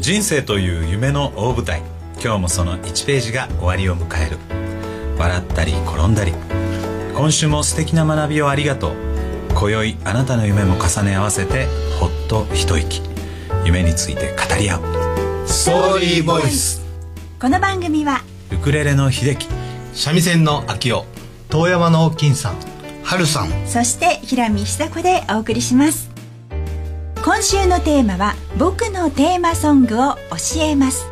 人生という夢の大舞台今日もその1ページが終わりを迎える笑ったり転んだり今週も素敵な学びをありがとう今宵あなたの夢も重ね合わせてほっと一息夢について語り合うストーリーボイスこの番組はウクレレの秀樹三味線の秋夫遠山の金さん春さんそして平見久子でお送りします今週のテーマは「僕のテーマソングを教えます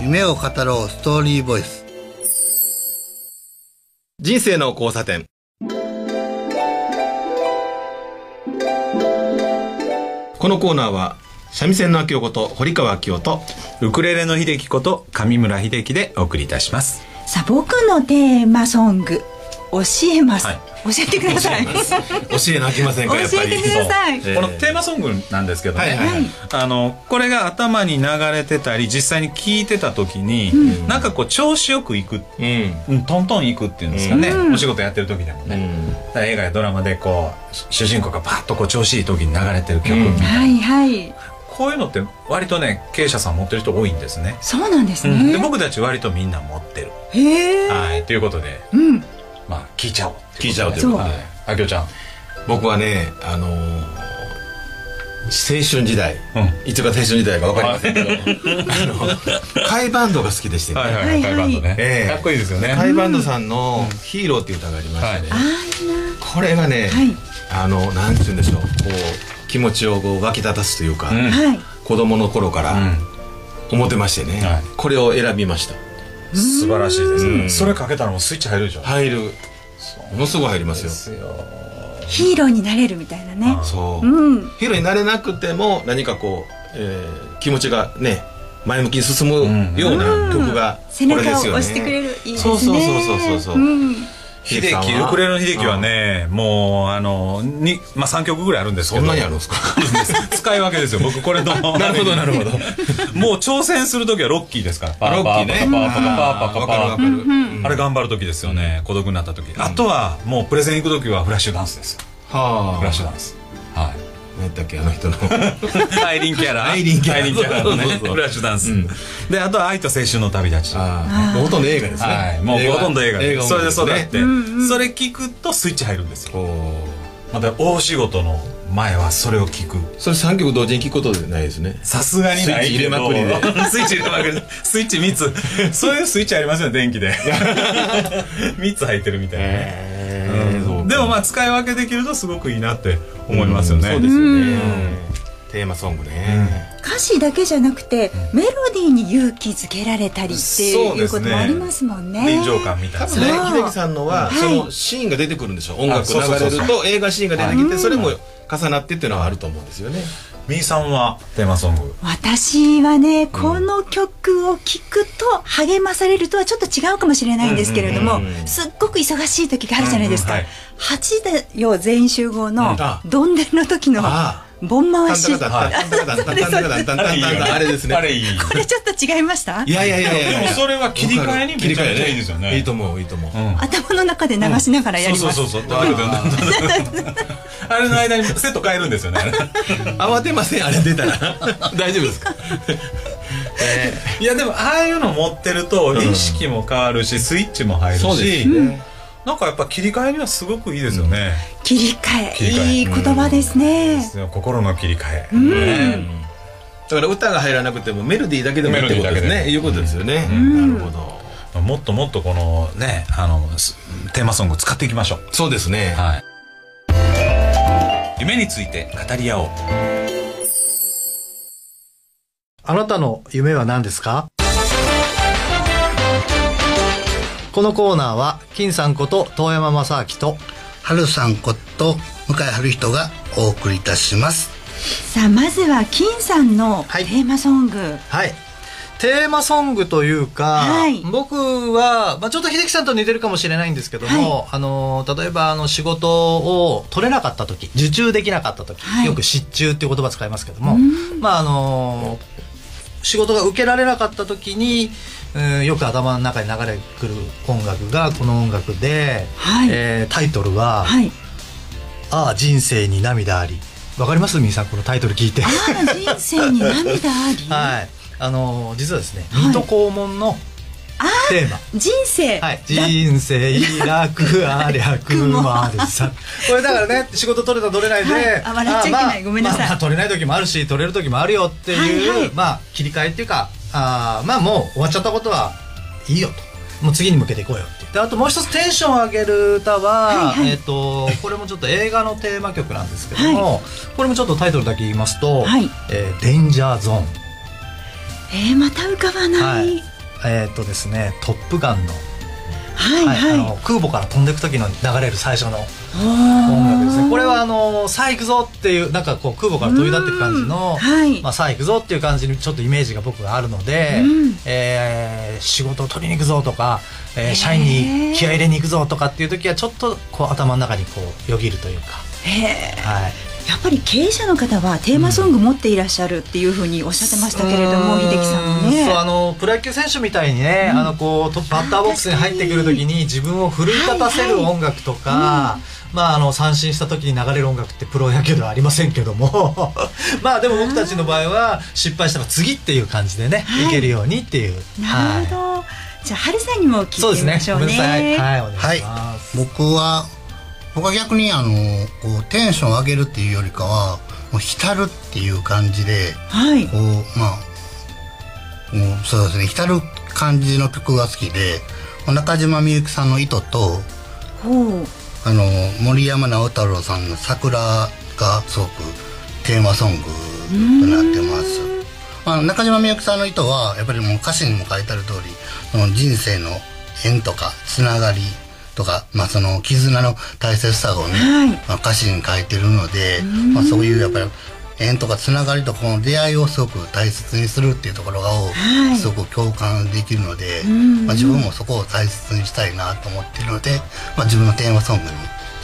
夢を語ろうストーリーボイス人生の交差点このコーナーは三味線の秋夫こと堀川秋夫 とウクレレの秀樹こと上村秀樹でお送りいたします」さあ僕のテーマソング教えます、はい教えてください教えます教えなきませんかやっぱり教えてくださいそうこのテーマソングなんですけどね、はいはいはいあのこれが頭に流れてたり実際に聞いてた時に、なんかこう調子よくいく、うんうん、トントンいくっていうんですかね、お仕事やってる時でもうね、んだから映画やドラマでこう主人公がパッとこう調子いい時に流れてる曲、うんはいはいこういうのって割とね経営者さん持ってる人多いんですね、そうなんですね、うんで僕たち割とみんな持ってる、へえ、はいということでうんまあ聞いちゃおうって聞いちゃおうとといいうこうこととでであきおちゃん僕はねあのー青春時代、いつが青春時代か分かりませんけど、 あの甲斐バンドが好きでしてね、はいはいははいいバンドね、ええかっこいいですよね、甲斐バンドさんの「ヒーロー」っていう歌がありましてね、はあーいいなこれがね、はいあのなんて言うんでしょうこう気持ちをこう湧き立たすというか、うんはい子供の頃から思ってましてね、はいこれを選びました素晴らしいですうねんそれかけたらもうスイッチ入るでしょ入るものすごい入りますよすよヒーローになれるみたいなねそう、うんヒーローになれなくても何かこう、えー気持ちがね前向きに進むような曲がこ背れ中ですをよね、押してくれるいいですねそうそうそうそうそうそう、うん秀樹ウクレレの秀樹はねもうあのにまあ3曲ぐらいあるんですけそどんなにあるんですか 使い分けですよ僕これのなるほど なるほど もう挑戦する時はロッキーですからロッキーねパーパーパーパーパーパわーパーパーかるわかるうんあれ頑張る時ですよね孤独になった時あとはもうプレゼン行く時はフラッシュダンスですよはあフラッシュダンス はい何だっけあの 人のアイリンキャラアイリンキャラアイリンキャラのねそうそうそうフラッシュダンスうんであとは愛と青春の旅立ちああもうほとんど映画ですね、はい、もうほとんど映画でそれでそそうれだでって、それ聞くとスイッチ入るんですよこまた大仕事の前はそれを聞くうそれ3曲同時に聞くことないですねさすがにないけスイッチ入れどまく スイッチ入れまくりスイッチ3 つそういうスイッチありますよね電 気で3つ入ってるみたいなね、うんでもまあ使い分けできるとすごくいいなって思いますよね、そうですよねテーマソングね、歌詞だけじゃなくてメロディーに勇気づけられたりっていうこともありますもんね臨場感みたい多な分ね秀樹そうさんのは、はいそのシーンが出てくるんでしょ音あ楽そうそう流れそうそるうと映画シーンが出てきてそれも重なってっていうのはあると思うんですよねみーさんはテーマソング私はねこの曲を聴くと励まされるとはちょっと違うかもしれないんですけれどもすっごく忙しい時があるじゃないですかうんうんはい8だよ全員集合のあどんでんの時のあボンタ回ンしタカタンタカタンタンタカタンタンタンタンタンタンタンあれですねあれいいこれちょっと違いましたいやいやいやいやいやでもそれは切り替えにめちゃめちゃいいですよねいいと思ういいと思う、頭の中で流しながらやります、そうそうそうそうだけどあれの間にセット変えるんですよねあれ慌てませんあれ出たら大丈夫ですかいやでもああいうの持ってると意識も変わるし、スイッチも入るしそうですねなんかやっぱ切り替えにはすごくいいですよね、切り替え切り替えいい言葉ですね、心の切り替え、うんだから歌が入らなくてもメロディーだけでもいいってことですメロデねィーだけでいうことですよね、なるほどもっともっとこのねあのすテーマソング使っていきましょうそうですねはい夢について語り合おうあなたの夢は何ですかこのコーナーは金さんこと遠山正明と春さんこと向井春人がお送りいたしますさあまずは金さんのテはいーマソング、はいテーマソングというか、はい僕は、まあ、ちょっと秀樹さんと似てるかもしれないんですけども、あの例えばあの仕事を取れなかった時受注できなかった時、はいよく失注っていう言葉使いますけども、まああの仕事が受けられなかった時に、うん、よく頭の中に流れてくる音楽がこの音楽で、はいえータイトルは「はいああ人生に涙ありわかりますみーさんこのタイトル聞いてはああ人生に涙あり、いあの実はですねはい水戸黄門のテーマ、人生、はい、人生楽ありゃくまで さこれだからね仕事取れた取れないで、はいあ笑っちゃいけないあまあごめんなさいまあまあ取れない時もあるし取れる時もあるよっていう、はいはいまあ切り替えっていうかあーまあもう終わっちゃったことはいいよともう次に向けていこうよっていうであともう一つテンション上げる歌は、はいはいえっ、とこれもちょっと映画のテーマ曲なんですけども、これもちょっとタイトルだけ言いますと「はいえーデンジャーゾーン」えー、また浮かばなはいい、えっ、とですね「トップガンの」はいはいはい、あの空母から飛んでいく時の流れる最初のお音楽ですねーこれはあのーさあ行くぞっていうなんかこう空母から飛び立っていく感じの、うんはいまあ、さあ行くぞっていう感じにちょっとイメージが僕があるので、うんえー仕事を取りに行くぞとか、えー社員に気合い入れに行くぞとかっていう時はちょっとこう頭の中にこうよぎるというか、へーはい、やっぱり経営者の方はテーマソング持っていらっしゃるっていうふうにおっしゃってましたけれども、う秀樹さんもねそうあのプロ野球選手みたいにね、あのこうトバッターボックスに入ってくるときに自分を奮い立たせる音楽とか、まああの三振した時に流れる音楽ってプロ野球ではありませんけども まあでも僕たちの場合は失敗したら次っていう感じでね、はいい、けるようにっていうなるほど、はい、じゃあ春さんにも聞そういてですみまねしょごうめんなさいねはいお願いしはいます、僕は僕は逆にあのこうテンション上げるっていうよりかはもう浸るっていう感じではいこうまあうんそうですね浸る感じの曲が好きで中島みゆきさんの「糸」とほうあの森山直太朗さんの「桜」がすごくテーマソングとなってます。まあ、中島みゆきさんの意図はやっぱりもう歌詞にも書いてある通りその人生の縁とかつながりとか、まあ、その絆の大切さをね、はいまあ、歌詞に書いてるので、まあ、そういうやっぱり縁とかつながりとこの出会いをすごく大切にするっていうところがをはいすごく共感できるので、んまあ、自分もそこを大切にしたいなと思ってるので、まあ、自分のテーマソングに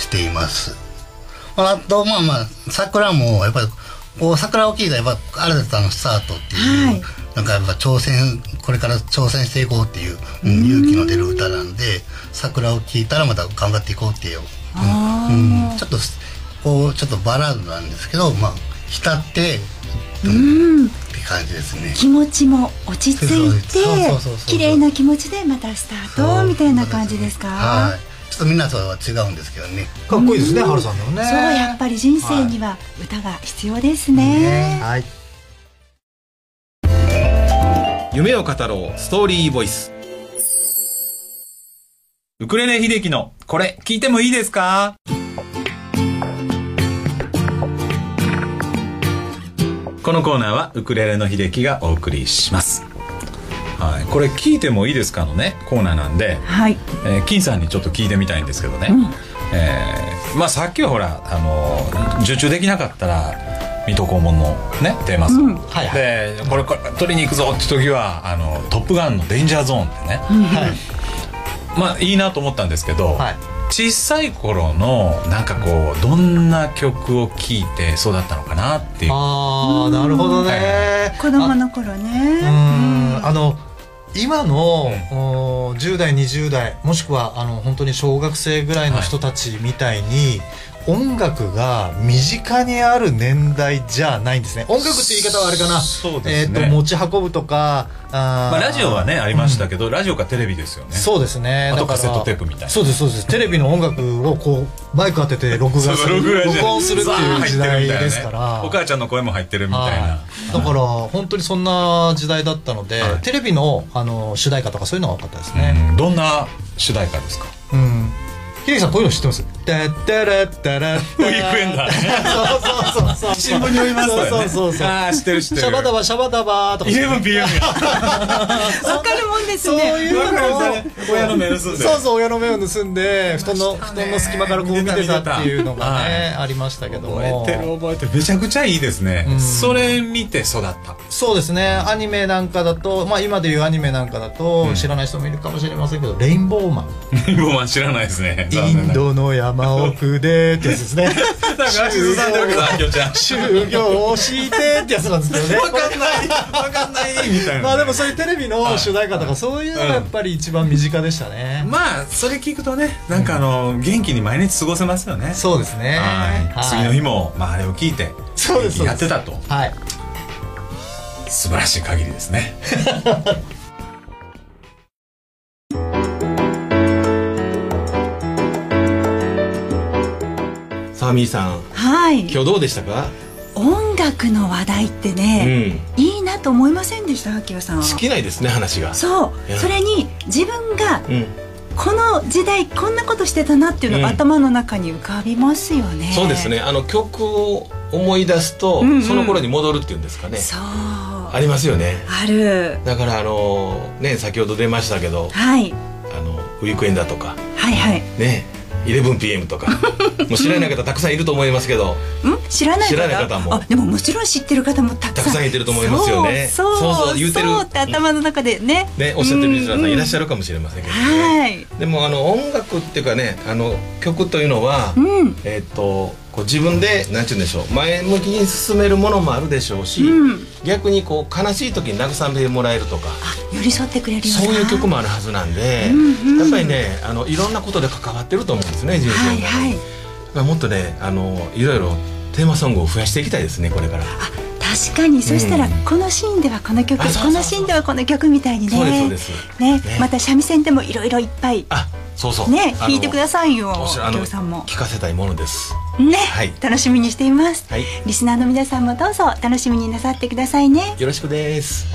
しています。まあ、あとまあまあ桜もやっぱりこう桜を聞いたらやっぱ新たなスタートっていう、はいなんかやっぱ挑戦これから挑戦していこうっていう、うん勇気の出る歌なんで桜を聞いたらまた頑張っていこうっていう、うんうんちょっとすこうちょっとバラードなんですけどまあ浸って、うんって感じですね。気持ちも落ち着いてそうそうそうそう綺麗な気持ちでまたスタートみたいな感じですかはい。ちょっとみんなとは違うんですけどね。かっこいいですね春さんでもねそうやっぱり人生には歌が必要ですね、はい夢を語ろうストーリーボイスウクレレ秀樹のこれ聞いてもいいですかこのコーナーはウクレレの秀樹がお送りします。はい、これ聞いてもいいですかのねコーナーなんで、はいえー金さんにちょっと聞いてみたいんですけどね、えーまあさっきはほら、あのー受注できなかったら水戸黄門のねテーマソング、はいはいでこれこれ取りに行くぞって時は「あのトップガン」の「デンジャーゾーン」ってね、まあいいなと思ったんですけど、はい小さい頃のなんかこうどんな曲を聴いて育ったのかなっていうああなるほどね子供の頃ねうーんあの今の、おー10代20代もしくはあの本当に小学生ぐらいの人たちみたいに、音楽が身近にある年代じゃないんですね音楽って言い方はあれかなそうですねえー、と持ち運ぶとかあーまあ、ラジオはねありましたけど、ラジオかテレビですよねそうですねあとだからカセットテープみたいなそうですそうですテレビの音楽をこうマイク当てて録画すそう録る画して録音するっていう時代ザーッ入ってるみたいなねですからお母ちゃんの声も入ってるみたいな、はい、だから本当にそんな時代だったので、はいテレビのあの主題歌とかそういうのが多かったですね。うんどんな主題歌ですかうん。ひできさんこういうの知ってます？ダッダラッダラッダウィークエンダーねそうそうそうそう。新聞に読みますそうそうそうそう。ああ知ってる知ってシるャバダバシャバダバとか。イレブン PM やわかるもんですそういねうのを親の目盗んでそうそう親の目を盗んで布団の布団の隙間からこう見てたっていうの見がてねありましたけども覚えてる覚えてるめちゃくちゃいいですね、うんそれ見て育ったそうですねアニメなんかだとまあ今でいうアニメなんかだと知らない人もいるかもしれませんけどレインボーマ ンもう知らないですねインドの山奥でってやつですね。 なんか足すさんでるけどあきょちゃん 修行をしてってやつなんですけどね。わかんないわかんないみたいなまあでもそういうテレビの主題歌とはかそういうのがやっぱり一番身近でしたね。ねまあそれ聞くとねなんかあの元気に毎日過ごせますよねそうですねはいはい次の日も、まあ、あれを聞いてそうで元す気にやってたとはい素晴らしい限りですねサーミーさんはい今日どうでしたか、音楽の話題ってうね、ん、いいなと思いませんでした秋代さん尽きないですね話がそういやそれに自分がうんこの時代こんなことしてたなっていうのがうん頭の中に浮かびますよね、そうですねあの曲を思い出すと、うんうんその頃に戻るっていうんですかねそうあありますよねるだからあのね先ほど出ましたけどはいあのウィークエンダーとかはいはいね 11pm とかもう知らない方たくさんいると思いますけどん知らない方知らない方もあでももちろん知ってる方もたくさんたくさんいてると思いますよねそうそうそうそうそう言うてるって頭の中でねねおっしゃってるリスナーさんいらっしゃゃるかもしれませんけど、ねはいでもあの音楽っていうかねあの曲というのは、うんえっとこう自分で何て言うんでしょう前向きに進めるものもあるでしょうし、うん逆にこう悲しい時に慰めてもらえるとか寄り添ってくれるよそういう曲ももあるはずなんで、うんうんやっぱりねあのいろんなことで関わってると思うんですね人生はいが、はいだからもっとねあのいろいろテーマソングを増やしていきたいですねこれから。あ確かにそしたらこのシーンではこの曲あそうそうそうこのシーンではこの曲みたいにねそうですそうですねねまた三味線でもいろいろいっぱいあそうそうねあの弾いてくださいよおおっしゃあの父さんも聞かせたいものです。ねはい楽しみにしていますはいリスナーの皆さんもどうぞ楽しみになさってくださいねよろしくです。